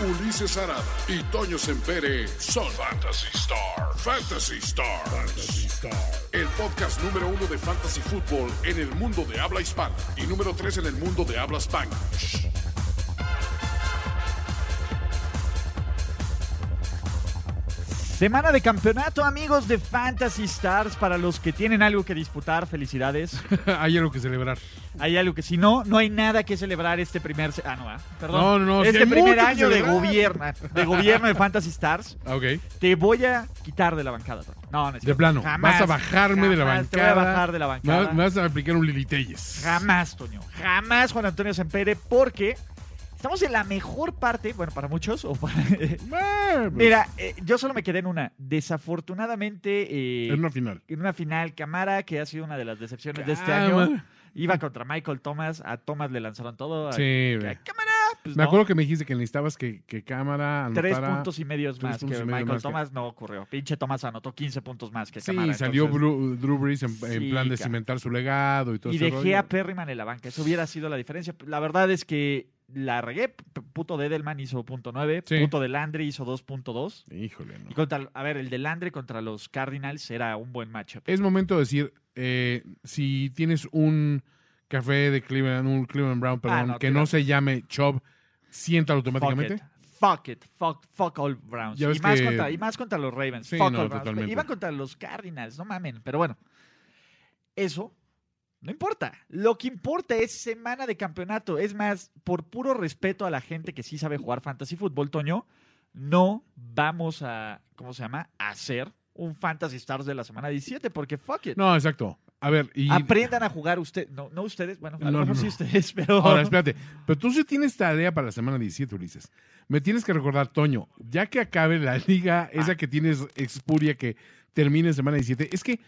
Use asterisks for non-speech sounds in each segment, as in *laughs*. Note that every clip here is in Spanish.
Ulises Arada y Toño Sempere son Fantasy Star. Fantasy Star. El podcast número uno de Fantasy Football en el mundo de habla hispana y número tres en el mundo de habla hispana. Semana de campeonato, amigos de Fantasy Stars. Para los que tienen algo que disputar, *laughs* felicidades. Hay algo que celebrar. Hay algo que si no, no hay nada que celebrar este primer... se- Ah, no, ah, perdón. No, no, no, sí Este hay mucho primer que año de celebrar. gobierno, de gobierno de Fantasy Stars. Ah, Ok. Te voy a quitar de la bancada. Toño. No, no es De cierto. plano. Jamás, vas a bajarme de la jamás bancada. Te voy a bajar de la bancada. Me vas, me vas a aplicar un Liliteyes. Jamás, Toño. Jamás, Juan Antonio Sempere, porque estamos en la mejor parte, bueno, para muchos, o para... *laughs* Ah, pues, Mira, eh, yo solo me quedé en una. Desafortunadamente... eh, En una final. en una final Camara, que ha sido una de las decepciones de este Cámara. año. Iba contra Michael Thomas, a Thomas le lanzaron todo. a- Sí, a güey. Cámara, pues Me no. acuerdo que me dijiste que necesitabas que, que cámara anotara. Tres puntos y medios tres más que puntos y medio Michael más que- Thomas no ocurrió. Pinche Thomas anotó 15 puntos más que Sí, Camara. salió entonces- Bru- Drew Brees en, en Sí, plan de ca- cimentar su legado y todo Y ese dejé rollo. a Perryman en la banca. Eso hubiera sido la diferencia. La verdad es que la regué. P- Puto de Edelman hizo punto .9. Sí. Puto de Landry hizo 2.2. Híjole, no. Y contra, a ver, el de Landry contra los Cardinals era un buen matchup. Es momento de decir, eh, si tienes un café de Cleveland, un Cleveland Brown, perdón, Ah, no, que Cleveland. no se llame Chubb, siéntalo Fuck automáticamente. it. Fuck it. Fuck, fuck all Browns. Y Ya ves más, que- contra, y más contra los Ravens. Sí, fuck no, all Browns. totalmente. Iban contra los Cardinals, no mamen. Pero bueno, eso no importa. Lo que importa es semana de campeonato. Es más, por puro respeto a la gente que sí sabe jugar fantasy fútbol, Toño, no vamos a, ¿cómo se llama? A hacer un Fantasy Stars de la semana 17 porque fuck it. Ah, No, exacto. A ver, y Aprendan a jugar ustedes. No, no ustedes, bueno, a No, lo no, mejor sí no. ustedes, *laughs* pero... Ahora, espérate. Pero tú sí tienes tarea para la semana 17, Ulises. Me tienes que recordar, Toño, ya que acabe la liga, esa que tienes expuria que termine en semana 17, es que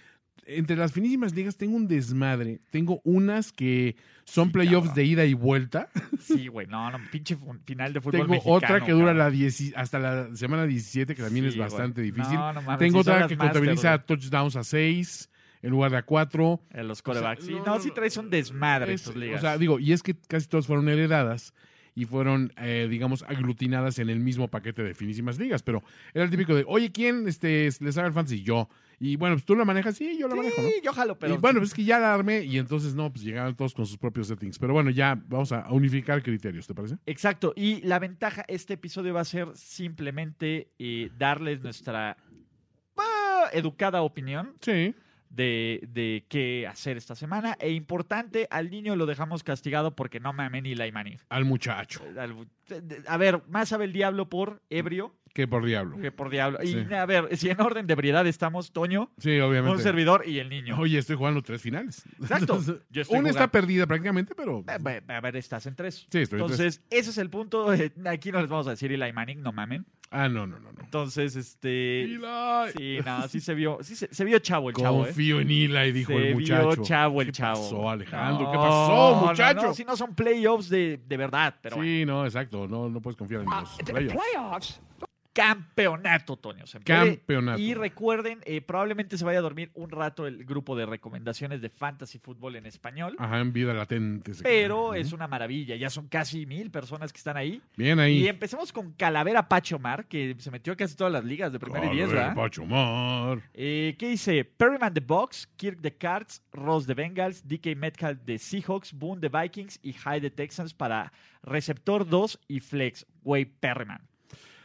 entre las finísimas ligas tengo un desmadre. Tengo unas que son Sí, playoffs cabrón. de ida y vuelta. Sí, güey, no, no, pinche fu- final de fútbol Tengo mexicano, otra que dura cabrón. la dieci- hasta la semana 17, que también Sí, es bastante güey. difícil. No, no mames, tengo sí son otra las que Masters, contabiliza touchdowns a 6 en lugar de a 4. güey, en los corebacks. O Sí, sea, no, no, no, sí traes un desmadre Es- en tus ligas. Este, O sea, digo, y es que casi todas fueron heredadas y fueron, eh, digamos, aglutinadas en el mismo paquete de finísimas ligas, pero era el típico de, oye, ¿quién este, es- le sabe al fantasy? Yo. Y bueno, pues tú la manejas, sí, yo la manejo, ¿no? sí, yo jalo, pero y bueno, pues es que ya la armé y entonces no, pues llegaron todos con sus propios settings. Pero bueno, ya vamos a unificar criterios, ¿te parece? Exacto, y la ventaja, este episodio va a ser simplemente eh, darles nuestra ah, educada opinión Sí. de, de qué hacer esta semana. E importante, al niño lo dejamos castigado porque no mamen ni la Imani. Al muchacho, A ver, más sabe el diablo por ebrio que por diablo. que por diablo. Y Sí. a ver, si en orden de ebriedad estamos, Toño, Sí, un obviamente. servidor y el niño. Oye, estoy jugando tres finales. Exacto. *laughs* Entonces, Yo estoy Una está jugando. perdida prácticamente, pero... Eh, ve- ve- A ver, estás en tres. Sí, estoy en Entonces, ese es el punto. eh, Aquí no les vamos a decir Eli Manning, no mamen. Ah, no, no, no. no. Entonces, este. Eli. Sí, no, sí se vio. Sí se, se vio chavo el chavo, ¿eh? Confío en Eli, dijo se el muchacho. vio chavo el chavo. ¿Qué pasó, Alejandro? ¿Qué No, pasó, no, muchacho? No, si no son playoffs de, de verdad, pero bueno. Ah, sí, no, exacto. No, no puedes confiar en los playoffs. Campeonato, Toño. se puede. Campeonato. Y recuerden, eh, probablemente se vaya a dormir un rato el grupo de recomendaciones de Fantasy Fútbol en español. Ajá, en vida latente. se Pero queda. es una maravilla, ya son casi mil personas que están ahí. Bien Y ahí. empecemos con Calavera Pachomar, que se metió a casi todas las ligas de primera y diez, Corre, ¿verdad? Pacho Mar. Eh, ¿Qué dice? Perryman de Box, Kirk de Cards, Ross de Bengals, DK Metcalf de Seahawks, Boone de Vikings y Hyde de Texans para receptor 2 y flex. Güey, Perryman.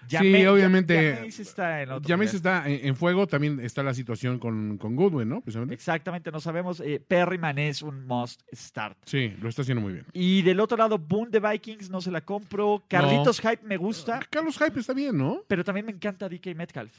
Sí, obviamente, James está en otro Ya me nivel. está en, en fuego. También está la situación con, con Goodwin, ¿no? Precisamente. Exactamente, no sabemos. Eh, Perryman es un must start. Sí, lo está haciendo muy bien. Y del otro lado, Boone de Vikings, no se la compro. Carlitos Hype me gusta, Carlos Ah, Hype está bien, ¿no? pero también me encanta DK Metcalf.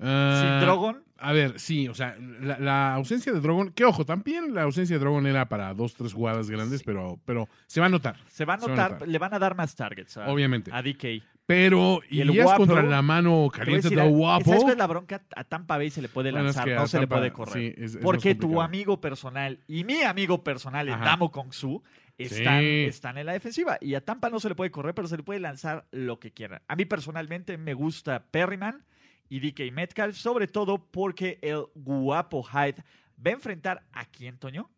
Ah, Sin Drogon, A ver, sí, o sea, la, la ausencia de Drogon, que ojo, también la ausencia de Drogon era para dos, tres jugadas grandes, pero, pero se va a notar, se va a Se va a notar, notar. le van a dar más targets a, obviamente. a DK. Pero Ah, Y el irías guapo, contra la mano Te voy a caliente decir de algo, guapo. ¿Sabes cuál es la bronca? A Tampa Bay se le puede Bueno, es lanzar, que no a se le Tampa, puede correr. sí, es- es más porque tu complicado. amigo personal y mi amigo personal, el Ajá. Damo Kong Su, están, Sí. están en la defensiva. Y a Tampa no se le puede correr, pero se le puede lanzar lo que quiera. A mí personalmente me gusta Perryman y DK Metcalf, sobre todo porque el guapo Hyde va a enfrentar a quién, Toño?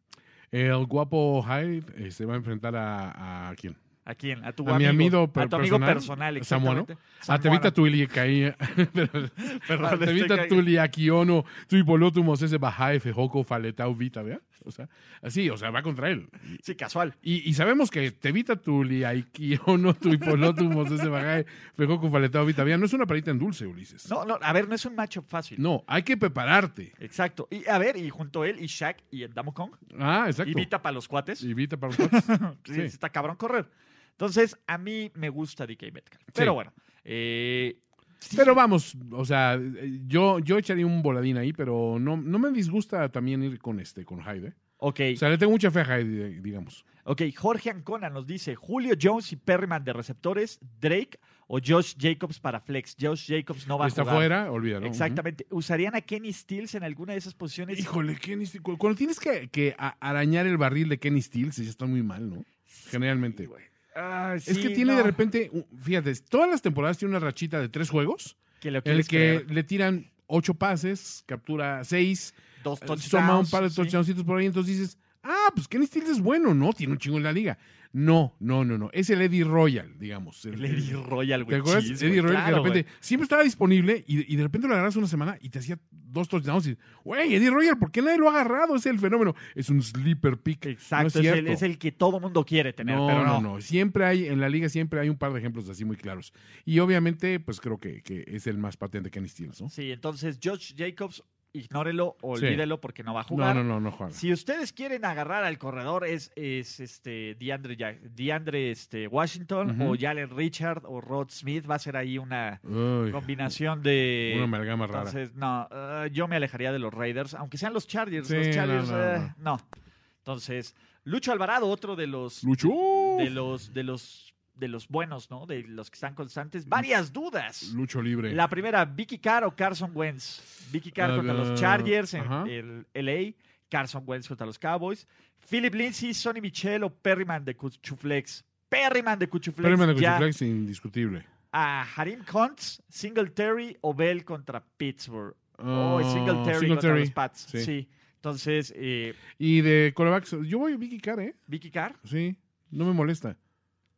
El guapo Hyde eh, se va a enfrentar a, a quién? ¿A quién? A tu A mi amigo, amigo per- a tu amigo personal, personal, Samuano. exactamente. Ah, A Tevita Tuli caía. eh. *laughs* Perdón, este Tevita caí. Tuli, Aquiono, Tuipolotumos, ese Bajae, Fejoco, Faletau, Vita, ¿verdad? O sea, así, o sea, va contra él. Sí, casual. Y, y sabemos que Tevita Tuli, Aikiono, Tuipolotumos, ese Bajae, Fejoco, Faletau, Vita, ¿verdad? No es una parita en dulce, Ulises. No, no, a ver, no es un matchup fácil. No, hay que prepararte. Exacto. Y a ver, y junto él y Shaq y el Damo Kong. Ah, exacto. Y Vita para los cuates. Y Vita para los cuates. Sí, sí. Está cabrón correr. Entonces, a mí me gusta DK Metcalf. Pero bueno. eh, sí, Pero vamos, o sea, eh, yo, yo echaría un voladín ahí, pero no, no me disgusta también ir con este, con Hyde. ¿eh? ok, O sea, le tengo mucha fe a Hyde, eh, digamos. ok. Jorge Ancona nos dice Julio Jones y Perryman de receptores, Drake o Josh Jacobs para flex. Josh Jacobs no va Está a jugar. fuera, olvídalo. Exactamente. ¿Usarían a Kenny Stills en alguna de esas Ujú. posiciones? Híjole, Kenny Steele. cu- Cuando tienes que, que a- arañar el barril de Kenny Steele, sí, ya está muy mal, ¿no? Generalmente. Ah, es sí, que tiene no. de repente, u- fíjate, todas las temporadas tiene una rachita de tres juegos Que lo en el quieres que creer. le tiran ocho pases, captura seis, Dos suma un par de touchdowns, sí. touchdowncitos por ahí, entonces dices, ah, pues Kenny Stills es bueno, ¿no? Tiene un chingo en la liga. No, no, no, no. Es el Eddie Royal, digamos. El- El Eddie Royal, ¿Te güey. acuerdas? chis, güey, Eddie Royal, que de claro, repente siempre estaba disponible y, y de repente lo agarras una semana y te hacía dos touchdowns y, güey, Eddie Royal, ¿por qué nadie lo ha agarrado? Es el fenómeno. Es un sleeper pick. güey. Exacto, No es es, el, cierto. es el que todo mundo quiere tener, no, pero no, no. no. Siempre hay, en la liga siempre hay un par de ejemplos así muy claros. Y obviamente, pues creo que, que es el más patente Kenny Stills, ¿no? Sí, entonces Josh Jacobs, ignórelo, olvídelo porque no va a No, jugar. no, no, no juega. Si ustedes quieren agarrar al corredor es, es este DeAndre, Jack- DeAndre este, Washington Ujú. o Jalen Richard o Rod Smith, va a ser ahí una Ay, combinación de... una amalgama rara. Eh, Entonces, no, eh, yo me alejaría de los Raiders, aunque sean los Chargers. Sí, los Chargers, no, no, eh, no. Entonces, Lucho Alvarado, otro de los ¡Lucho! ¡uh! de los de los de los buenos, ¿no? De los que están Mm. constantes. Varias dudas. Lucho libre. La primera, Vicky Carr o Carson Wentz. Vicky Carr Ah, contra la- los Chargers en ajá. el LA. Carson Wentz contra los Cowboys. Philip Lindsay, Sonny Michel o Perryman de Cuchuflex. Perryman de Cuchuflex. Perryman de ya Cuchiflex, indiscutible. A Harim Hunt, Singletary o Bell contra Pittsburgh. Oh, Ah, Singletary, contra Singletary. los Pats. Sí. sí. Entonces, eh, Y de corebacks, yo voy a Vicky Carr, ¿eh? Vicky Carr. Sí, no me molesta.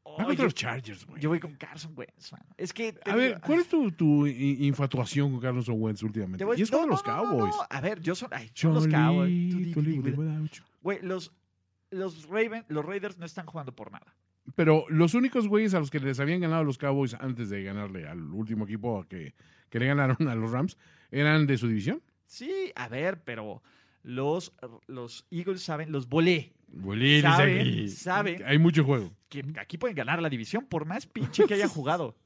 Oh, Va Ah, contra yo, los Chargers, güey. yo voy con Carson Wentz, mano. Es que. te A digo- ver, ¿cuál es tu, tu i- infatuación con Carlos Wentz últimamente? Te voy a Y es decir- con no, los no, no, no, Cowboys. no. A ver, yo son, ay, son los Cowboys. Tú di, Cholito, di, di, libre, güey. buena noche. Güey, los, los, Raven, los Raiders no están jugando por nada. Pero los únicos güeyes a los que les habían ganado los Cowboys antes de ganarle al último equipo que, que le ganaron a los Rams eran de su división. Sí, a ver, pero los, los Eagles saben, los volé, Bolín, Saben, Isaac. saben. Hay mucho juego. que aquí pueden ganar la división por más pinche que haya *laughs* jugado.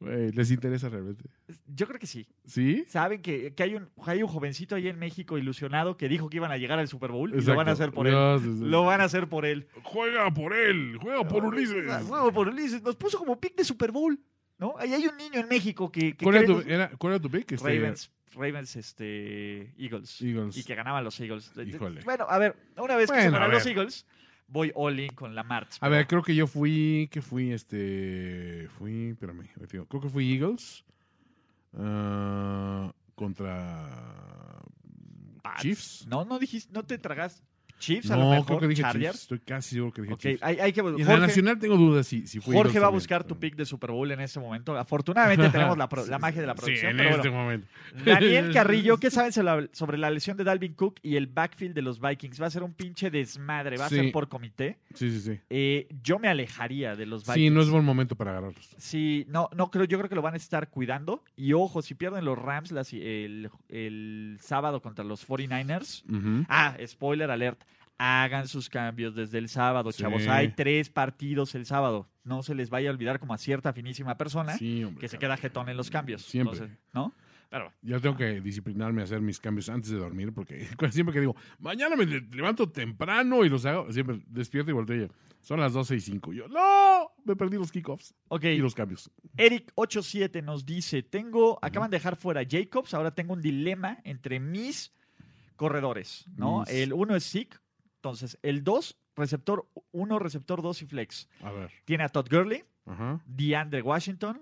Güey, Eh, les interesa realmente. Yo creo que sí. ¿Sí? Saben que, que hay, un, hay un jovencito ahí en México ilusionado que dijo que iban a llegar al Super Bowl y lo van a Exacto. hacer por él. No, sí, sí. Lo van a hacer por él. Juega por él, juega por Ulises. Ah, huevo, por Ulises. Nos puso como pick de Super Bowl, ¿no? Ahí hay un niño en México que... que ¿Cuál era, cree- tu, era- cuál era tu pick? Este, Ravens, Ravens, este, Eagles. Eagles. Y que ganaban los Eagles. Híjole. Bueno, a ver, una vez que se Bueno, ganan a los ver. Eagles, voy all in con la Martz. A ver, creo que yo fui, que fui, este, fui, espérame, ahorita digo. creo que fui Eagles ah, contra Pats. Chiefs. No, no dijiste, no te tragas Ah, Chiefs a lo No, mejor, creo que dije Chiefs, Chargers. estoy casi seguro que dije Ok, Chiefs. hay, hay que Y en la Jorge, nacional tengo dudas si, si fue Jorge Eagles va a también. buscar tu pick de Super Bowl en este momento. *laughs* Afortunadamente tenemos la, pro- la magia de la Sí, producción. en pero este bueno. momento. *laughs* Daniel Carrillo, ¿qué saben sobre la- sobre la lesión de Dalvin Cook y el backfield de los Vikings? Va a ser un pinche desmadre, va a Sí. ser por comité. Sí, sí, sí. Eh, yo me alejaría de los Vikings. Sí, no es buen momento para agarrarlos. Sí, no, no creo, yo creo que lo van a estar cuidando. Y ojo, si pierden los Rams las- el, el sábado contra los 49ers. Ujú. Ah, spoiler alert. Hagan sus cambios desde el sábado, Sí. chavos. Hay tres partidos el sábado. No se les vaya a olvidar como a cierta finísima persona Sí, hombre. que se queda cabrón. jetón en los cambios. Siempre. Entonces, ¿no? Pero bueno. Yo tengo que disciplinarme a hacer mis cambios antes de dormir, *laughs* porque siempre que digo, mañana me le- levanto temprano y los hago, siempre despierto y volteo y yo, son las 12 y 5. Yo, no, me perdí los kickoffs Ok, y los cambios. Eric87 nos dice, tengo, acaban de dejar fuera a Jacobs, ahora tengo un dilema entre mis corredores, ¿no? Mis. El uno es Zeke, entonces el 2, receptor 1, receptor 2 y flex. A ver. Tiene a Todd Gurley, Ajá. DeAndre Washington,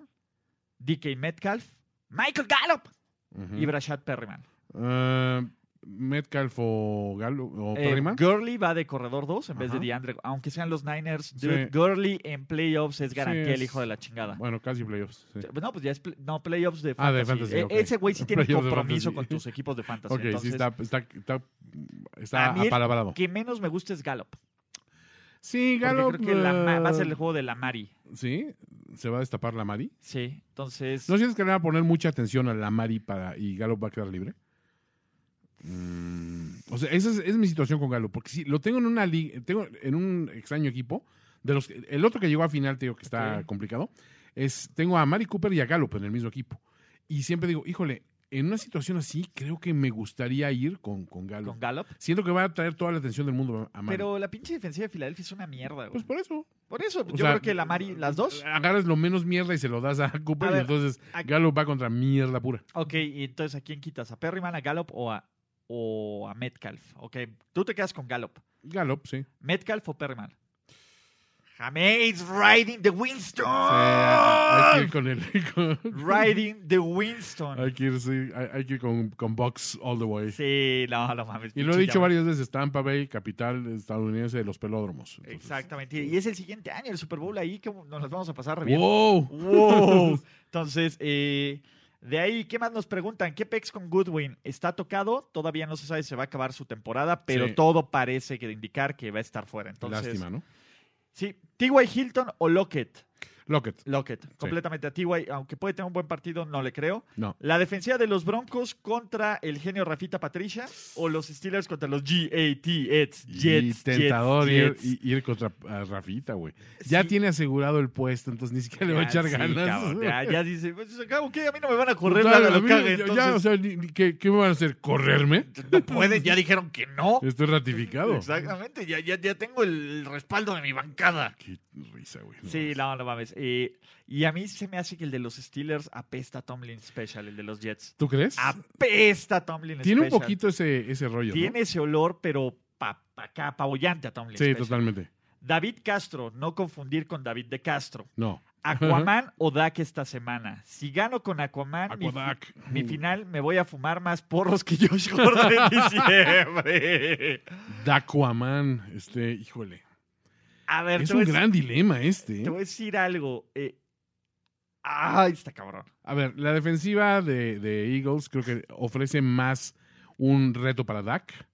DK Metcalf, Michael Gallup ujú. y Brashad Perryman. Eh, Metcalf o Galo o Eh, Perryman. Gurley va de corredor 2 en vez de Ajá. DeAndre, aunque sean los Niners, Sí. dude, Gurley en playoffs es garantía el es- hijo de la chingada. Bueno, casi playoffs. sí. No, pues ya es pl- no, playoffs de Ah, fantasy. de fantasy, E- ok. Ese güey sí tiene Playoffs de compromiso fantasy. con tus equipos de fantasy. Ok, sí Entonces, está, Ah, pues, está, está, está a mí el apalabrado. que menos me gusta es Gallup. Sí, Porque Galo. creo que la ma- va a ser eh. el juego de la Mari. Sí, se va a destapar la Mari. Sí, entonces... ¿No sientes que le van a poner mucha atención a la Mari para, y Gallup va a quedar libre? Mm, o sea, esa es, es mi situación con Gallup. Porque sí, lo tengo en una liga, tengo en un extraño equipo. De los, que- el otro que llegó a final, te digo que está Ok. complicado, es tengo a Mari Cooper y a Gallup en el mismo equipo. Y siempre digo, híjole, en una situación así, creo que me gustaría ir con, con Gallup. con Gallup. Siento que va a traer toda la atención del mundo a Mari. Pero la pinche defensiva de Filadelfia es una mierda, güey. pues por eso. Por eso, o yo sea, eh, creo que la Mari, las dos. Agarras lo menos mierda y se lo das a Cooper A y ver, entonces a- Gallup va contra mierda pura. Ok, y entonces ¿a quién quitas? ¿A Perryman, a Gallup o a, o a Metcalf? Ok, tú te quedas con Gallup. Gallup, sí. ¿Metcalf o Perryman? James riding the Winston. Ah, hay que ir con el. *laughs* con- Riding the Winston. hay que ir, sí, hay, hay que ir con, con Box all the way. Sí, no, no mames. y lo he pinche dicho Jamal. varias veces: Tampa Bay, capital estadounidense de los pelódromos. Entonces, Exactamente. Y es el siguiente año, el Super Bowl ahí, que nos las vamos a pasar re bien. ¡Wow! Wow. *laughs* Entonces, eh, de ahí, ¿qué más nos preguntan? ¿Qué pex con Goodwin? ¿Está tocado? Todavía no se sabe si se va a acabar su temporada, pero Sí. todo parece que indicar que va a estar fuera. Entonces, Lástima, ¿no? Sí, T.Y. Hilton o Lockett. Lockett, Lockett, completamente a T.Y., aunque puede tener un buen partido, no le creo. no. La defensiva de los Broncos contra el genio Rafita Patricia o los Steelers contra los GAT Jets. Jets y tentador ir, Jets. y- ir contra ah, Rafita, güey. Ya Sí. tiene asegurado el puesto, entonces ni siquiera le va a Ya, echar sí, ganas. cabrón, ya, ya dice, pues acabo que a mí no me van a correr Claro, nada, a lo mí, que haga, ya- *laughs* entonces, ya, o sea, ni- ni- ¿qué, qué me van a hacer? ¿Correrme? no pueden, ya dijeron que no. Estoy ratificado. Exactamente, ya, ya, ya tengo el respaldo de mi bancada. Qué risa, güey. Sí, no, no mames. Eh, y a mí se me hace que el de los Steelers apesta a Tomlin Special, el de los Jets. ¿Tú crees? Ah, Apesta a Tomlin Tiene un Special. poquito ese, ese rollo. ¿no? Tiene ese olor, pero pa, pa acá, apabullante a Tomlin Sí, Special. totalmente. David Castro, no confundir con David de Castro. No. Aquaman o Dak esta semana. Si gano con Aquaman, Ah, mi, Aquadac. fi- mi final me voy a fumar más porros que Josh Gordon *laughs* en diciembre. Dacuaman. Este, híjole. A ver, Es te voy un a decir- gran dilema este. te ¿eh? voy a decir algo. eh, ay, está cabrón. A ver, la defensiva de, de Eagles creo que ofrece más un reto para Dak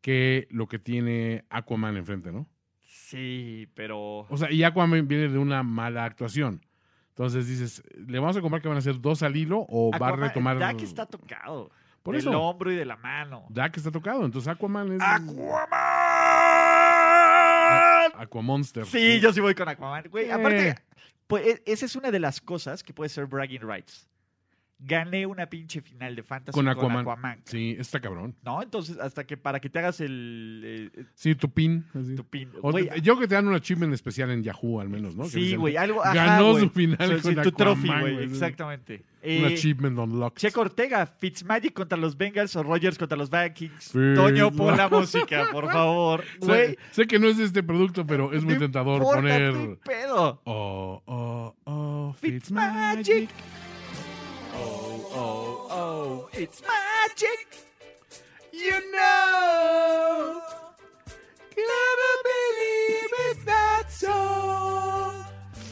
que lo que tiene Aquaman enfrente, ¿no? Sí, pero. O sea, y Aquaman viene de una mala actuación. Entonces dices, ¿le vamos a comprar que van a hacer dos al hilo o va a Aquaman- retomar? Dak está tocado. Por del eso. hombro y de la mano. Dak está tocado, entonces Aquaman es Ah, ¡Aquaman! Aquamonster. Sí, yo sí voy con Aquaman. Güey, Eh. aparte, pues, e- esa es una de las cosas que puede ser bragging rights. Gané una pinche final de fantasy Con con Aquaman. Aquaman. Sí, está cabrón. ¿No? Entonces, hasta que para que te hagas el eh, eh, Sí, tu pin. así. tu pin. O Güey, ah. te- yo creo que te dan un achievement especial en Yahoo, al menos, ¿no? Que sí, dicen, güey, algo. ajá, Ganó güey. su final Sí, con tu trophy, Aquaman, güey, güey. exactamente. Un Eh, achievement unlocked. Checo Ortega, Fitzmagic contra los Bengals o Rogers contra los Vikings. Fitz- Toño, *laughs* pon la música, por favor. Güey, sé, sé que no es de este producto, pero es muy no tentador importa poner. tu pedo. Oh, oh, oh, Fitzmagic. Fitzmagic. Oh, oh, oh, it's magic. You know. Never believe it's that so.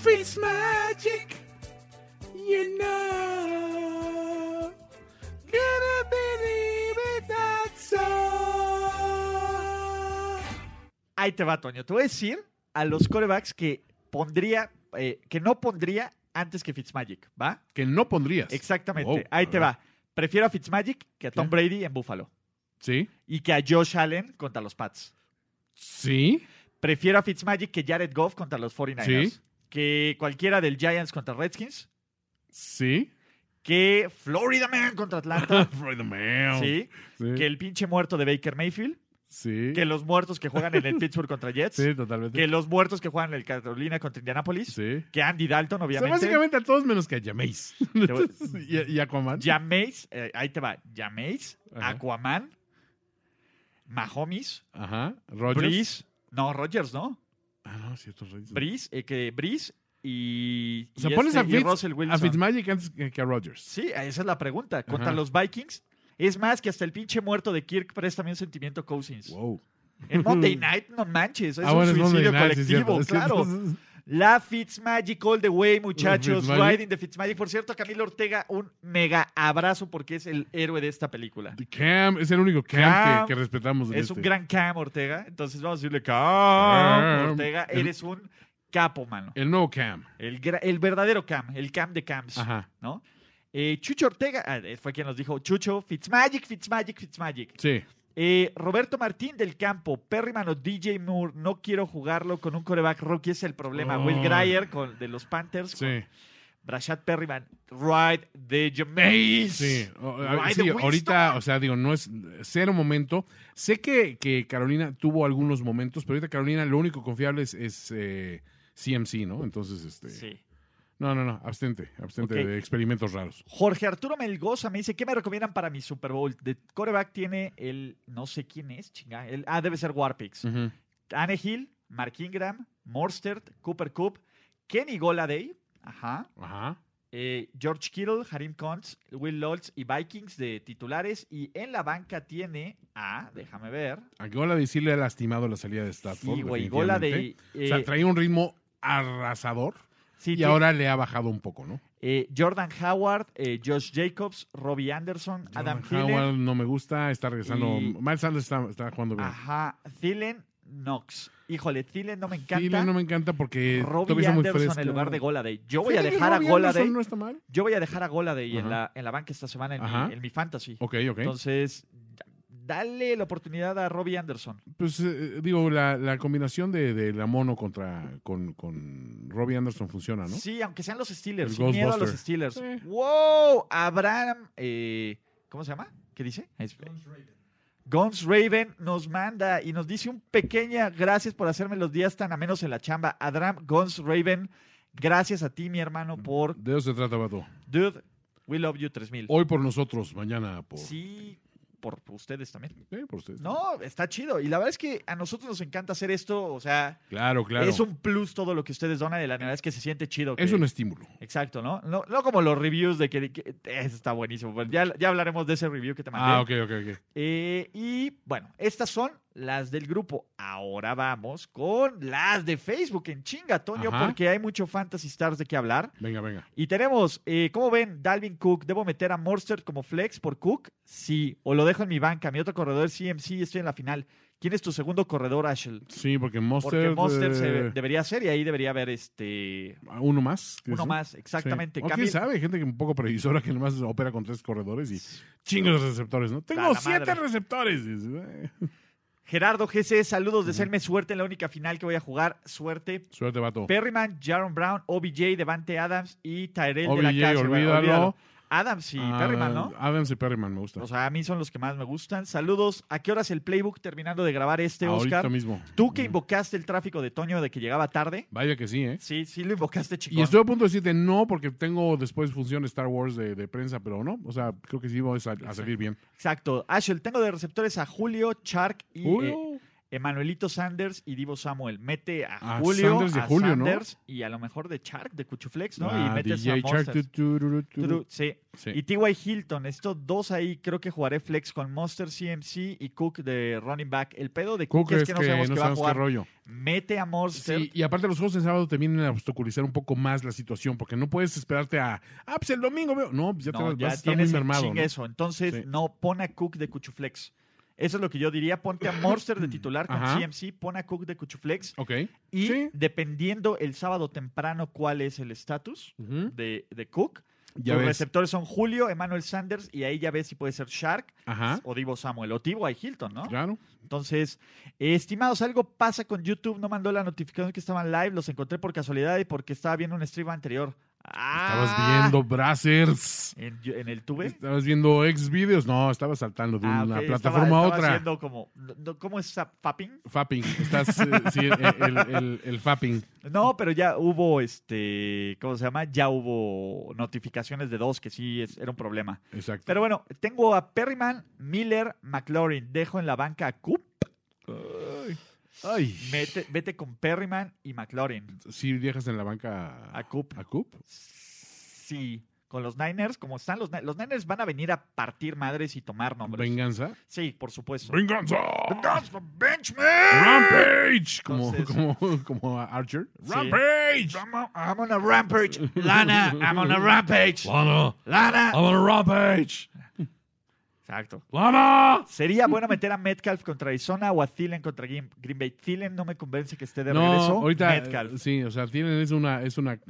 Fitzmagic. You know. Never believe it's that so. Ahí te va, Toño. Te voy a decir a los corebacks que pondría, eh, que no pondría antes que Fitzmagic, ¿va? Que no pondrías. Pues, Exactamente. Wow, Ahí a te ver. va. Prefiero a Fitzmagic que a Tom ¿Qué? Brady en Buffalo Sí. y que a Josh Allen contra los Pats. Sí. Prefiero a Fitzmagic que Jared Goff contra los 49ers. Sí. Que cualquiera del Giants contra Redskins. Sí. *laughs* que Florida Man contra *laughs* Atlanta, Freud the Man. ¿sí? Sí. Que el pinche muerto de Baker Mayfield, Sí. que los muertos que juegan en *laughs* el Pittsburgh contra Jets, Sí, totalmente. que los muertos que juegan en el Carolina contra Indianapolis, Sí. que Andy Dalton, O sea, obviamente. básicamente a todos menos que a *laughs* *laughs* Jameis. voy- y, a- y a Aquaman. Jameis, eh, ahí te va, Jameis, Ajá. Aquaman, Mahomes, Ajá. Rogers. Breeze, no, Rogers, ¿no? Ah, no, cierto, Rogers. Breeze, eh, que Breeze y, O sea, y pones este, a, y Fitz- Russell a Wilson. Fitzmagic antes que que a Rogers. Sí, esa es la pregunta. Contra Ajá. los Vikings, es más que hasta el pinche muerto de Kirk presta también sentimiento a Cousins. Wow. En *laughs* Monday Night, no manches, es Ah, un bueno, es Monday suicidio Night, sí, es colectivo, cierto, es cierto. claro. La Fitzmagic all the way, muchachos. Fitzmagic. Riding the Fitzmagic. Por cierto, a Camilo Ortega, un mega abrazo porque es el héroe de esta película. Cam es el único Cam, Cam que, que respetamos. en Es un este. gran Cam Ortega. Entonces vamos a decirle, Cam Cam. Ortega, El- eres un capo, mano. El nuevo Cam. El, gra- el verdadero Cam, el Cam de Cams, Ajá. ¿no? Eh, Chucho Ortega, ah, eh, fue quien nos dijo, Chucho, Fitzmagic, Fitzmagic, Fitzmagic. Sí. Eh, Roberto Martín del Campo, Perrymano, DJ Moore, no quiero jugarlo con un coreback Rocky, es el problema. Oh. Will Greyer con, de los Panthers, Sí. Brashad Perryman, Ride the Jameis. Sí, o- a- Ride sí, the ahorita, Winston. o sea, digo, no es cero momento. Sé que, que Carolina tuvo algunos momentos, pero ahorita Carolina lo único confiable es, es, eh, CMC, ¿no? Entonces, este... Sí. No, no, no, abstente, abstente Ok. de experimentos raros. Jorge Arturo Melgoza me dice, ¿qué me recomiendan para mi Super Bowl? De coreback tiene el, no sé quién es, chinga, el, ah, debe ser Warpix. Ujú. Anne Hill, Mark Ingram, Morstert, Cooper Cup, Kenny Goladay, ajá, Ajá. eh, George Kittle, Harim Kuntz, Will Loltz y Vikings de titulares. Y en la banca tiene a, déjame ver, A Gola de sí le ha lastimado la salida de Stafford. sí, güey, Goladay. definitivamente. O sea, eh, traía un ritmo arrasador sí, y tiene, ahora le ha bajado un poco, ¿no? eh, Jordan Howard, eh, Josh Jacobs, Robbie Anderson, Adam Jordan Thielen, Howard no me gusta, está regresando. Y- Ah, Miles Sanders está, está jugando bien. ajá, Thielen, Knox. Híjole, Thielen no me encanta. Thielen no me encanta porque Robbie todavía está muy este Anderson fresco. en lugar de Goladay. Yo voy a Fíjate que dejar a Robbie Goladay. Anderson No está mal. Yo voy a dejar a Goladay en Ajá. la, en la banca esta semana en, Ajá. mi, en mi fantasy. Ok, ok. Entonces, da- dale la oportunidad a Robbie Anderson. pues eh, digo, la, la combinación de, de la mono contra con, con Robbie Anderson funciona, ¿no? Sí, aunque sean los Steelers. El Sin miedo a los Ghostbuster. Steelers. Sí. ¡Wow! Abraham. eh, ¿Cómo se llama? ¿Qué dice? Es- Guns Raven nos manda y nos dice un pequeña gracias por hacerme los días tan amenos en la chamba. Adram Guns Raven, gracias a ti, mi Mm. hermano, por De eso se trata, Vato. Dude, We Love You 3000. Hoy por nosotros, mañana por, Sí, por ustedes también. eh, por ustedes. No, está chido. Y la verdad es que a nosotros nos encanta hacer esto. O sea, Claro, claro. es un plus todo lo que ustedes donan. Y la verdad es que se siente chido. que- Es un estímulo. Exacto, ¿no? ¿no? no como los reviews de que, que- eso está buenísimo. Bueno, ya, ya hablaremos de ese review que te mandé. Ah, ok, ok, ok. Eh, y bueno, estas son las del grupo. Ahora vamos con las de Facebook en chinga, Toño, Ajá. porque hay mucho Fantasy Stars de qué hablar. Venga, venga. Y tenemos, eh, ¿cómo ven? Dalvin Cook, ¿debo meter a Morster como flex por Cook? Sí. O lo dejo en mi banca, mi otro corredor es CMC y estoy en la final. ¿Quién es tu segundo corredor, Ashel? Sí, porque Porque Monster. Monster se eh, debería ser y ahí debería haber este ah, Uno más. ¿qué es, uno no? más, exactamente. Sí. O Camil- quién sabe, Hay gente que un poco previsora que nomás opera con tres corredores y chingos de receptores, ¿no? Tengo la siete madre. receptores. Y dices, eh, Gerardo GC, saludos, deseenme suerte en la única final que voy a jugar. Suerte. Suerte, vato. Perryman, Jaron Brown, OBJ, Devante Adams y Tyrell de OBJ, la casa. güey, olvídalo. Adams y Ah, Perryman, ¿no? Adams y Perryman me gusta. O sea, a mí son los que más me gustan. Saludos. ¿A qué horas el playbook terminando de grabar este, Ahorita Oscar? mismo. Tú que invocaste el tráfico de Toño de que llegaba tarde. Vaya que sí, ¿eh? Sí, sí lo invocaste, chicos. Y estoy a punto de decirte no, porque tengo después función de Star Wars de, de prensa, pero no. O sea, creo que sí vamos a, a salir bien. Exacto. Ashel, tengo de receptores a Julio, Chark y eh, Julio. Emanuelito Sanders y Divo Samuel. Mete a, A Julio, Ah, Sanders y a Julio, ¿no? Sanders y a lo mejor de Chark, de Cuchuflex, ¿no? Ah, y metes a DJ Shark, Monsters. tu, tu, ru, tu, ru. Tru- sí. Sí. Y T.Y. Hilton, estos dos ahí creo que jugaré flex con Monster CMC y Cook de running back. El pedo de Cook, Cook es que no sabemos qué va a sabemos qué jugar. rollo. Mete a Monster. Sí, y aparte los juegos en sábado te vienen a obstaculizar un poco más la situación, porque no puedes esperarte a, ah, pues el domingo veo. No, pues ya te no, vas ya a estar muy tienes el mermado. chingue ¿no? eso. Entonces, Sí. no, pon a Cook de Cuchuflex. Eso es lo que yo diría. Ponte a Monster de titular con Ajá. CMC, pon a Cook de Cuchuflex. Ok. Y Sí. dependiendo el sábado temprano cuál es el estatus Ujú. de, de Cook, Ya los ves. receptores son Julio, Emmanuel Sanders y ahí ya ves si puede ser Shark Ajá. o Divo Samuel o T.Y. Hilton, ¿no? Ah. Claro. Entonces, eh, estimados, algo pasa con YouTube. No mandó la notificación que estaban live. Los encontré por casualidad y porque estaba viendo un stream anterior. Ah, Estabas viendo Brazzers. ¿En, yo- en el tube? Estabas viendo ex videos. No, estabas saltando de Ah, una ok, estaba- plataforma a estaba otra. haciendo como, no- no, ¿Cómo es esa- fapping? Fapping. Estás, eh, *laughs* sí, el, el- el- el fapping. No, pero ya hubo, este, ¿cómo se llama? Ya hubo notificaciones de dos, que sí es- era un problema. Exacto. Pero bueno, tengo a Perryman, Miller, McLaurin. Dejo en la banca a Coop. Ay. Vete, vete con Perryman y McLaurin. Si dejas en la banca A Coop. ¿A Coop? Sí. Con los Niners, como están los Niners, los Niners van a venir a partir madres y tomar nombres. ¿Venganza? Sí, por supuesto. ¡Venganza! Guns from Benchman. ¡Rampage! Como, Entonces- como, *laughs* como a Archer. Sí. ¡Rampage! I'm on- I'm on a rampage. Lana, I'm on a rampage. ¡Lana! Lana. ¡I'm on a rampage! Exacto. ¡Lana! Sería bueno meter a Metcalf contra Arizona o a Thielen contra Green Green Bay. Thielen no me convence que esté de No, regreso. ahorita. Metcalf. eh, Sí, o sea, tienen es una, es una,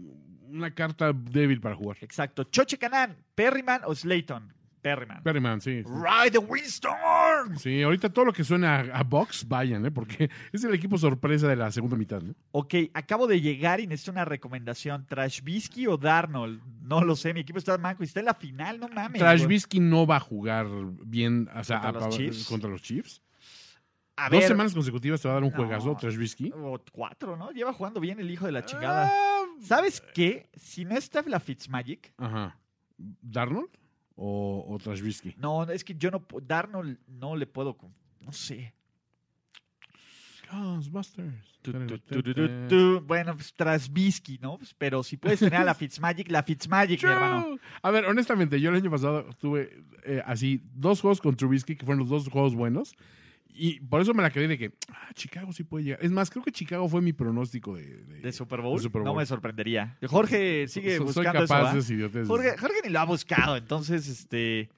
una carta débil para jugar. Exacto. Choche Canán, Perryman o Slayton. Perryman. Perryman, sí. Ride the Windstorm. Sí, ahorita todo lo que suena a, a box, vayan, ¿eh? Porque *laughs* es el equipo sorpresa de la segunda mitad, ¿no? Ok, acabo de llegar y necesito una recomendación. ¿Trashbisky o Darnold? No lo sé, mi equipo está manco y está en la final, no mames. güey. Trashvisky no va a jugar bien o sea, ¿Contra a- los a- Chiefs? Ah, contra los Chiefs. A Dos ver, semanas consecutivas te va a dar un No. juegazo, Trashvisky. O cuatro, ¿no? Lleva jugando bien el hijo de la chingada. ¿Sabes qué? Si no está la Fitzmagic, Ajá. ¿Darnold o, o Trashvisky? no, es que yo no. pu- Darnold no le puedo. con- No sé. Ghostbusters. Tu, tu, tu, tu, tu, tu. Bueno, pues Trashbisky, ¿no? Pues, Pero si puedes tener a la Fitzmagic, la Fitzmagic, mi hermano. True. A ver, honestamente, yo el año pasado tuve eh, así dos juegos con Trubisky, que fueron los dos juegos buenos. Y por eso me la quedé de que, ah, Chicago sí puede llegar. Es más, creo que Chicago fue mi pronóstico de, de- De Super Bowl, De Super no Bowl. me sorprendería. Jorge sigue So- buscando Soy capaz eso, ¿va? de esas idioteces. Jorge, Jorge ni lo ha buscado, entonces, este.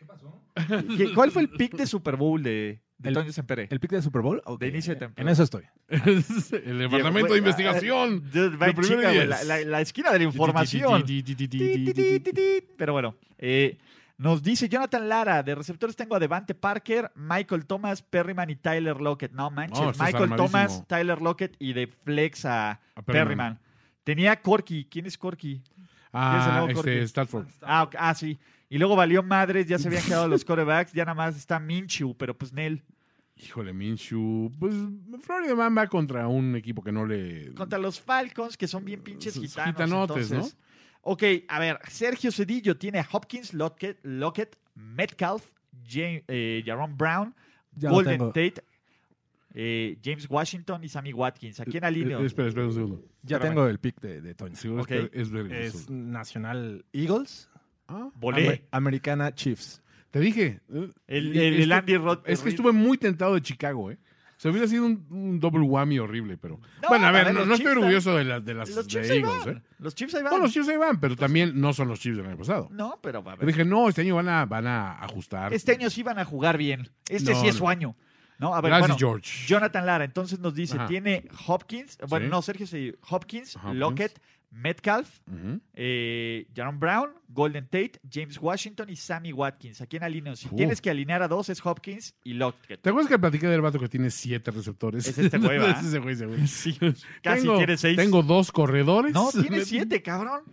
¿Qué- ¿Cuál fue el pick de Super Bowl de, de El- Toño Sempere? ¿El pick de Super Bowl? Ok, De inicio de en- temporada. En eso estoy. *laughs* el departamento de Fue- investigación. Dude, va de en primero chinga, y güey, la, diez. la- la esquina de la información. Ti, ti, ti, ti, ti. Pero bueno, eh, nos dice Jonathan Lara, de receptores tengo a Devante Parker, Michael Thomas, Perryman y Tyler Lockett. No manches, No, estás Michael Thomas, armadísimo. Tyler Lockett y de flex a, A Perryman. Perryman. Tenía a Corky, ¿quién es Corky? ¿Quién es el Ah, nuevo Jorge? este, Stafford. Ah, ok, ah, sí. Y luego valió madres, ya se habían quedado *laughs* los corebacks, ya nada más está Minchu, pero pues Nel. Híjole, Minshu. Pues Florida Man va contra un equipo que no le. Contra los Falcons, que son bien pinches Sus gitanos. gitanotes, entonces. Ok, a ver, Sergio Cedillo tiene a Hopkins, Lockett, Lockett Metcalf, Ja- eh, Jaron Brown, Ya lo Golden tengo. Tate, eh, James Washington y Sammy Watkins. ¿A quién alineo? Eh, Espera, espera un segundo. Ya Espérame. tengo el pick de, de Toño. Seguro Ok. es, es Bergen, Es seguro. Nacional Eagles, Ah, Volé. Amer- Americana Chiefs. te dije. eh, El, eh, el- el esto- Andy Rod. Es que estuve muy tentado de Chicago, ¿eh? Se hubiera sido un, un double whammy horrible, pero. bueno, a ver, no, los no estoy Chiefs orgulloso de, las de ahí- las Los de Chiefs ahí Eagles, van. ¿eh? Los Chiefs ahí van. No, los Chiefs ahí van, pero también no son los Chiefs del año pasado. No, pero va a Yo ver. dije, no, este año van a, van a ajustar. Este año sí van a jugar bien. Este No, sí es su no. año. No, a ver, Gracias, bueno, George. Jonathan Lara, entonces nos dice, Ajá. tiene Hopkins, bueno, Sí. no, Sergio Cedillo, Hopkins, Ajá, Lockett, Metcalf, Ujú. eh, Jaron Brown, Golden Tate, James Washington y Sammy Watkins. ¿A quién alineo? Si Uf. tienes que alinear a dos es Hopkins y *laughs* Lockett. ¿Te acuerdas que platicé del vato que tiene siete receptores? Es este *laughs* güey, ¿va? Es ese güey, ese güey. Sí, casi Tengo- tiene seis. Tengo dos corredores. No, tiene siete, cabrón.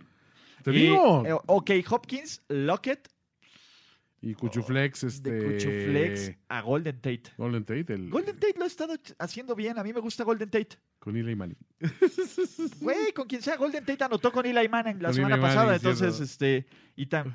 Te Y, digo. eh, ok, Hopkins, Lockett, Y Cuchuflex, este. de Cuchuflex a Golden Tate. Golden Tate, el, Golden Tate lo ha estado haciendo bien. A mí me gusta Golden Tate. con Eli Manning. Güey, con quien sea, Golden Tate anotó con Eli Manning la Con semana Eli pasada. Manning, entonces, cierto. este. Y tam-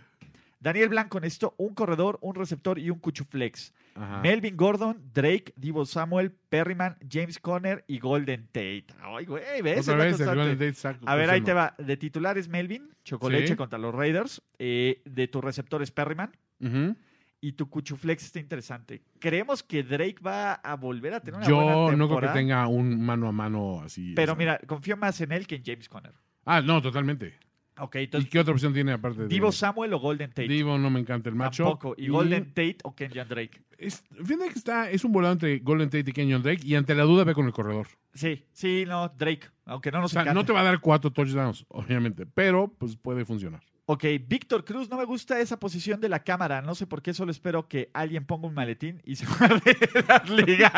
Daniel Blanco necesitó un corredor, un receptor y un cuchuflex. Ajá. Melvin Gordon, Drake, Divo Samuel, Perryman, James Conner y Golden Tate. Ay, güey, ¿ves? Otra Es la vez el constante. Golden Tate saco- A ver, ahí cruzando. te va. De titular es Melvin, Chocoleche Sí. contra los Raiders. Eh, de tu receptor es Perryman. Ujú. Y tu cuchuflex está interesante. ¿Creemos que Drake va a volver a tener una buena Yo temporada? no creo que tenga un mano a mano así. Pero o sea. mira, confío más en él que en James Conner. Ah, no, totalmente. Ok, ¿Y entonces, qué otra opción tiene aparte de Divo Samuel o Golden Tate. Divo no me encanta el macho. Tampoco. Y, Golden Tate o Kenyan Drake. Es, fíjate que está, es un volado entre Golden Tate y Kenyon Drake y ante la duda ve con el corredor. Sí, sí, no, Drake. Aunque no O nos sea, encante. *laughs* no te va a dar cuatro touchdowns, obviamente, pero pues puede funcionar. Ok, Víctor Cruz, no me gusta esa posición de la cámara. No sé por qué, solo espero que alguien ponga un maletín y se *laughs* guarde las ligas.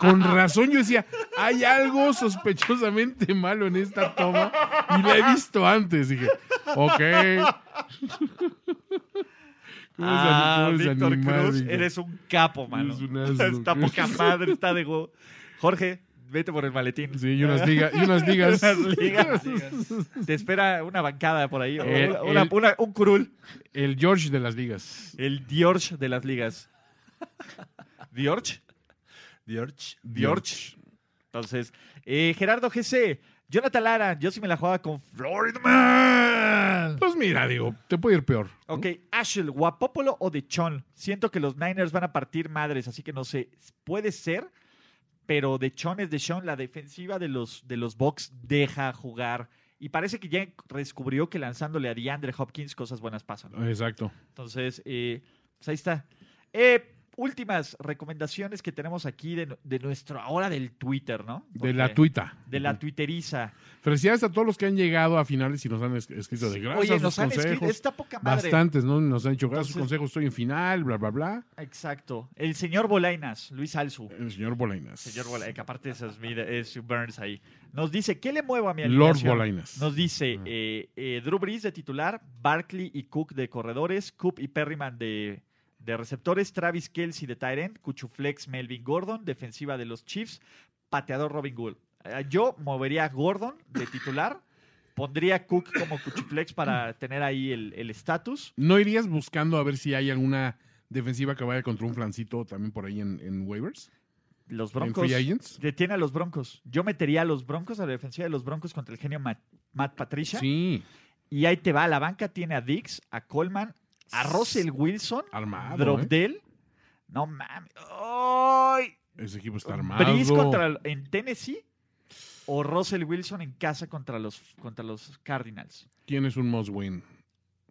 Con razón yo decía, hay algo sospechosamente malo en esta toma y la he visto antes. Dije, ok. *laughs* ¿Cómo es ani- Ah, cómo es Víctor animal, Cruz, Víctor? eres un capo, mano. *laughs* Eres un asno. Está poca madre, está de go. Jorge, vete por el maletín. Sí, *laughs* y unas ligas. Y unas ligas. Unas *laughs* ligas. Te espera una bancada por ahí. o El- una- una- Eh, el- una- un curul. El George de las ligas. El Diorch de las ligas. ¿Diorch? George. Diorch. Entonces, eh, Gerardo GC, Jonathan Lara, yo sí me la jugaba con Florida Man. Pues mira, digo, te puede ir peor. Ok, Ashel, Guapopolo o Dechon. Siento que los Niners van a partir madres, así que no sé. Puede ser, pero Dechon es Dechon. La defensiva de los, de los Bucks deja jugar. Y parece que ya descubrió que lanzándole a DeAndre Hopkins cosas buenas pasan. Exacto. Entonces, eh, pues ahí está. Eh, últimas recomendaciones que tenemos aquí de, nu- de nuestro ahora del Twitter, ¿no? De la Porque- tuita. De la Twitteriza. Felicidades a todos los que han llegado a finales y nos han es- escrito de gracias. Oye, sus nos han escrito. consejos. Está poca madre. Bastantes, ¿no? Nos han dicho, gracias, sus Entonces- consejos, estoy en final, bla, bla, bla. Exacto. El señor Bolainas, Luis Alzu. El señor Bolainas. Señor Bolainas, que aparte esa es, mi, es Burns ahí. Nos dice, ¿qué le muevo a mi Lord alineación? Bolainas. Nos dice eh, eh, Drew Brees de titular, Barkley y Cook de corredores, Coop y Perryman de, de receptores, Travis Kelsey de Tyrant, Cuchuflex, Melvin Gordon, defensiva de los Chiefs, pateador Robin Gould. Eh, yo movería a Gordon de *laughs* titular, pondría a Cook como Cuchuflex para tener ahí el el estatus. ¿No irías buscando a ver si hay alguna defensiva que vaya contra un flancito también por ahí en, en waivers? los ¿En Broncos. free agents? Detiene a los Broncos. Yo metería a los Broncos, a la defensiva de los Broncos contra el genio Matt, Matt Patricia. Sí, Y ahí te va, la banca tiene a Dix, a Coleman, a Russell Wilson, armado. ¿eh? Dropdell. No mames. ¡Ay! Ese equipo está armado. Breeze contra el- en Tennessee o Russell Wilson en casa contra los, contra los Cardinals. ¿Quién es un must win?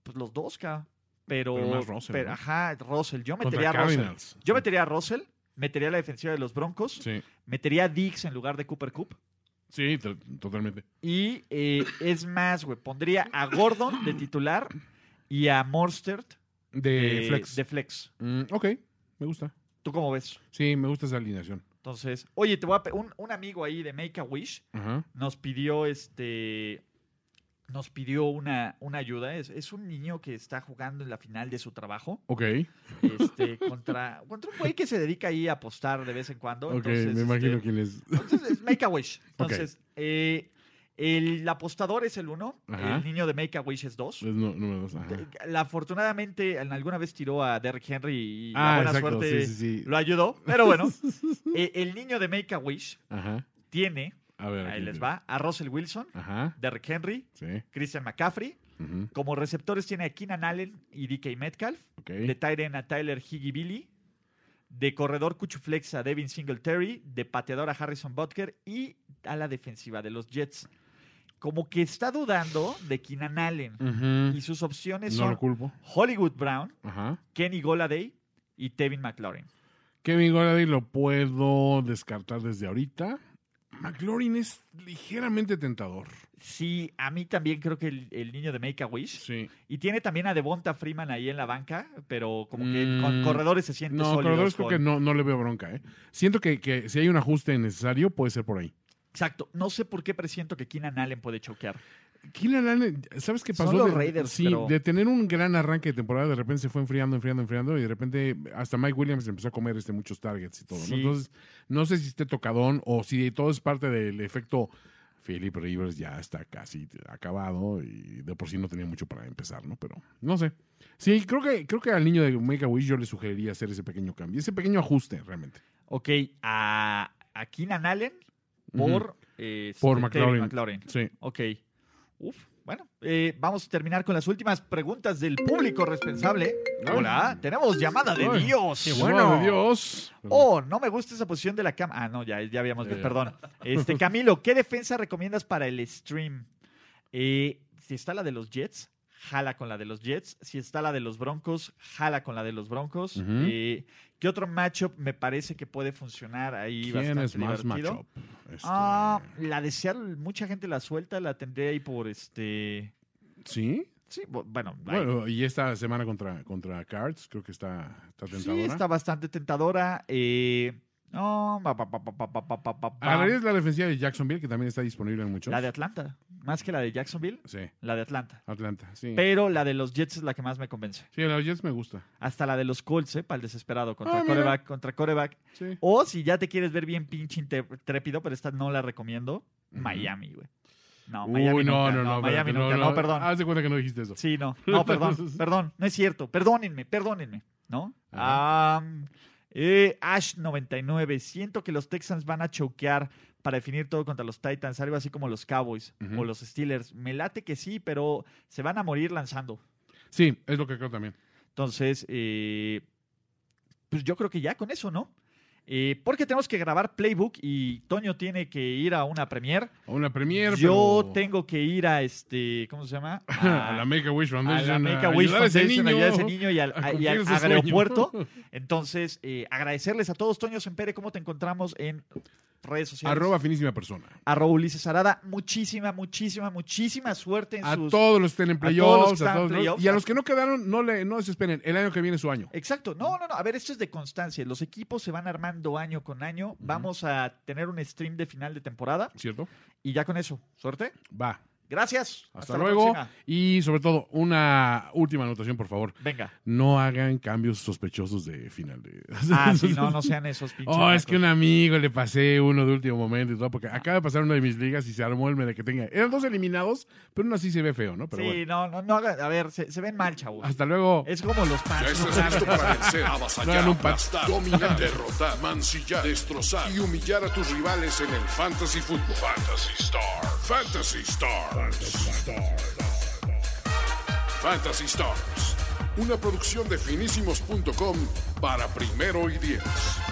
Pues los dos, cabrón. Pero, Pero más Russell, pero- ¿no? ajá, Russell. Yo metería Contra a Russell. Cardinals. Yo metería a Russell, metería a la defensiva de los Broncos, Sí, metería a Dix en lugar de Cooper Cup. sí, to- totalmente. Y eh, es más, güey, pondría a Gordon de titular y a Monstert De flex. de flex. Mm, ok, me gusta. ¿Tú cómo ves? Sí, me gusta esa alineación. Entonces, oye, te voy a pe- un, un amigo ahí de Make a Wish Ajá. nos pidió este nos pidió una, una ayuda. Es, es un niño que está jugando en la final de su trabajo Ok, este, *laughs* contra, contra un güey que se dedica ahí a apostar de vez en cuando. ok, Entonces, me este, imagino quién es. Entonces, es Make a *laughs* Wish. Entonces, eh, el apostador es el uno, Ajá. el niño de Make a Wish es dos. Es nu- número dos, ajá. La, afortunadamente, en alguna vez tiró a Derrick Henry y la Ah, buena exacto, suerte sí, sí, sí. lo ayudó. Pero *laughs* bueno, eh, el niño de Make a Wish Ajá. tiene, A ver. ahí aquí les tiene. va, a Russell Wilson, Ajá. Derrick Henry, Sí. Christian McCaffrey. ujú, Como receptores tiene a Keenan Allen y DK Metcalf. Ok. De tight end a Tyler Higgibilly. De corredor Cuchuflex a Devin Singletary. De pateador a Harrison Butker. Y a la defensiva de los Jets. Como que está dudando de Keenan Allen. Ujú, Y sus opciones No son lo culpo. Hollywood Brown, Ajá. Kenny Goladay y Tevin McLaurin. Kevin Golladay lo puedo descartar desde ahorita. McLaurin es ligeramente tentador. Sí, a mí también creo que el, el niño de Make a Wish. Sí. Y tiene también a Devonta Freeman ahí en la banca, pero como que Mm. con corredores se siente No, sólido. corredores creo con- que no, no le veo bronca, ¿eh? Siento que, que si hay un ajuste necesario, puede ser por ahí. Exacto. No sé por qué presiento que Keenan Allen puede choquear. Keenan Allen, ¿sabes qué Son pasó? los De- Raiders, sí, pero- de tener un gran arranque de temporada, de repente se fue enfriando, enfriando, enfriando, y de repente hasta Mike Williams empezó a comer este, muchos targets y todo. ¿no? Sí. Entonces, no sé si esté tocadón o si todo es parte del efecto. Philip Rivers ya está casi acabado y de por sí no tenía mucho para empezar, ¿no? Pero no sé. Sí, creo que, creo que al niño de Make a Wish yo le sugeriría hacer ese pequeño cambio, ese pequeño ajuste realmente. Ok, a, a Keenan Allen por, Ujú. eh, Por este, McLaurin. Terry McLaurin. Sí. Ok. Uf, bueno, eh, vamos a terminar con las últimas preguntas del público responsable. Ay. Hola, tenemos llamada de Ay, Dios. ¡Qué bueno! de Dios! Oh, no me gusta esa posición de la cama. Ah, no, ya, ya habíamos visto, Ya, ya. perdón. Este, Camilo, ¿qué defensa recomiendas para el stream? Eh, si está la de los Jets, jala con la de los Jets. Si está la de los Broncos, jala con la de los Broncos. Ujú. Eh, ¿Qué otro matchup me parece que puede funcionar ahí ¿Quién bastante es más divertido? matchup? Este, Ah, la de Seattle, mucha gente la suelta, la tendré ahí por este. ¿Sí? Sí, bu- bueno, ahí- Bueno, y esta semana contra, contra Cards, creo que está, está tentadora. sí, está bastante tentadora. Eh, no, pa, pa, pa, pa, pa, pa, pa, pa, pa, pa. Agarrarías la defensiva de Jacksonville, que también está disponible en muchos. la de Atlanta, más que la de Jacksonville, Sí, la de Atlanta. Atlanta, sí. Pero la de los Jets es la que más me convence. Sí, la de Jets me gusta. Hasta la de los Colts, ¿eh? Para el desesperado. Contra Ah, mira. coreback, contra coreback. Sí. O si ya te quieres ver bien pinche inte- trépido, pero esta no la recomiendo, Ujú. Miami, güey. No, Uy, Miami no, nunca, no, no, Miami espérate, nunca, no, perdón. Haz de cuenta que no dijiste eso. Sí, no, no, *laughs* perdón, perdón, no es cierto, perdónenme, perdónenme, ¿no? Am, eh, Ash 99, siento que los Texans van a choquear para definir todo contra los Titans, algo así como los Cowboys Ujú. o los Steelers. Me late que sí, pero se van a morir lanzando. Sí, es lo que creo también. Entonces, eh, pues yo creo que ya con eso, ¿no? Eh, porque tenemos que grabar Playbook y Toño tiene que ir a una premier. A una premier, Yo pero- tengo que ir a este, ¿cómo se llama? *laughs* a la Make a Wish a Foundation. la Make a ayudar Wish a ese Foundation, niño ayudar a ese niño y al, a a- y cumplir al ese sueño. aeropuerto. *laughs* Entonces, eh, agradecerles a todos. Toño Sempere, ¿cómo te encontramos en redes sociales? Arroba finísima persona. Arroba Ulises Arada. Muchísima, muchísima, muchísima suerte en A sus... todos los que estén en a todos los que playoffs, a están en todos los- playoffs. y a los que no quedaron, no, le, no desesperen. El año que viene es su año. Exacto. No, no, no. A ver, esto es de constancia. Los equipos se van armando año con año. Vamos a tener un stream de final de temporada. ¿Cierto? Y ya con eso. Suerte. Va. Gracias. Hasta, la luego. próxima. Y sobre todo, una última anotación, por favor. *laughs* Venga. No hagan cambios sospechosos de final de. *laughs* Ah, sí, no, no sean esos pinches. Oh, es que un nacos. amigo le pasé uno de último momento y todo, porque acaba de pasar una de mis ligas y se armó el mede que tenga. Eran dos eliminados, pero uno así se ve feo, ¿no? Pero Sí, bueno. no, no, no. hagan- A ver, se, se ven mal, chavos. Hasta luego. Es como los Ya padres. estás listo para vencer, avasallar, Hagan un pat- aplastar, dominar, derrotar, mancillar, destrozar y humillar a tus rivales en el Fantasy Football. Fantasy Star. Fantasy Stars. Fantasy Stars. Una producción de finísimos.com para primero y diez.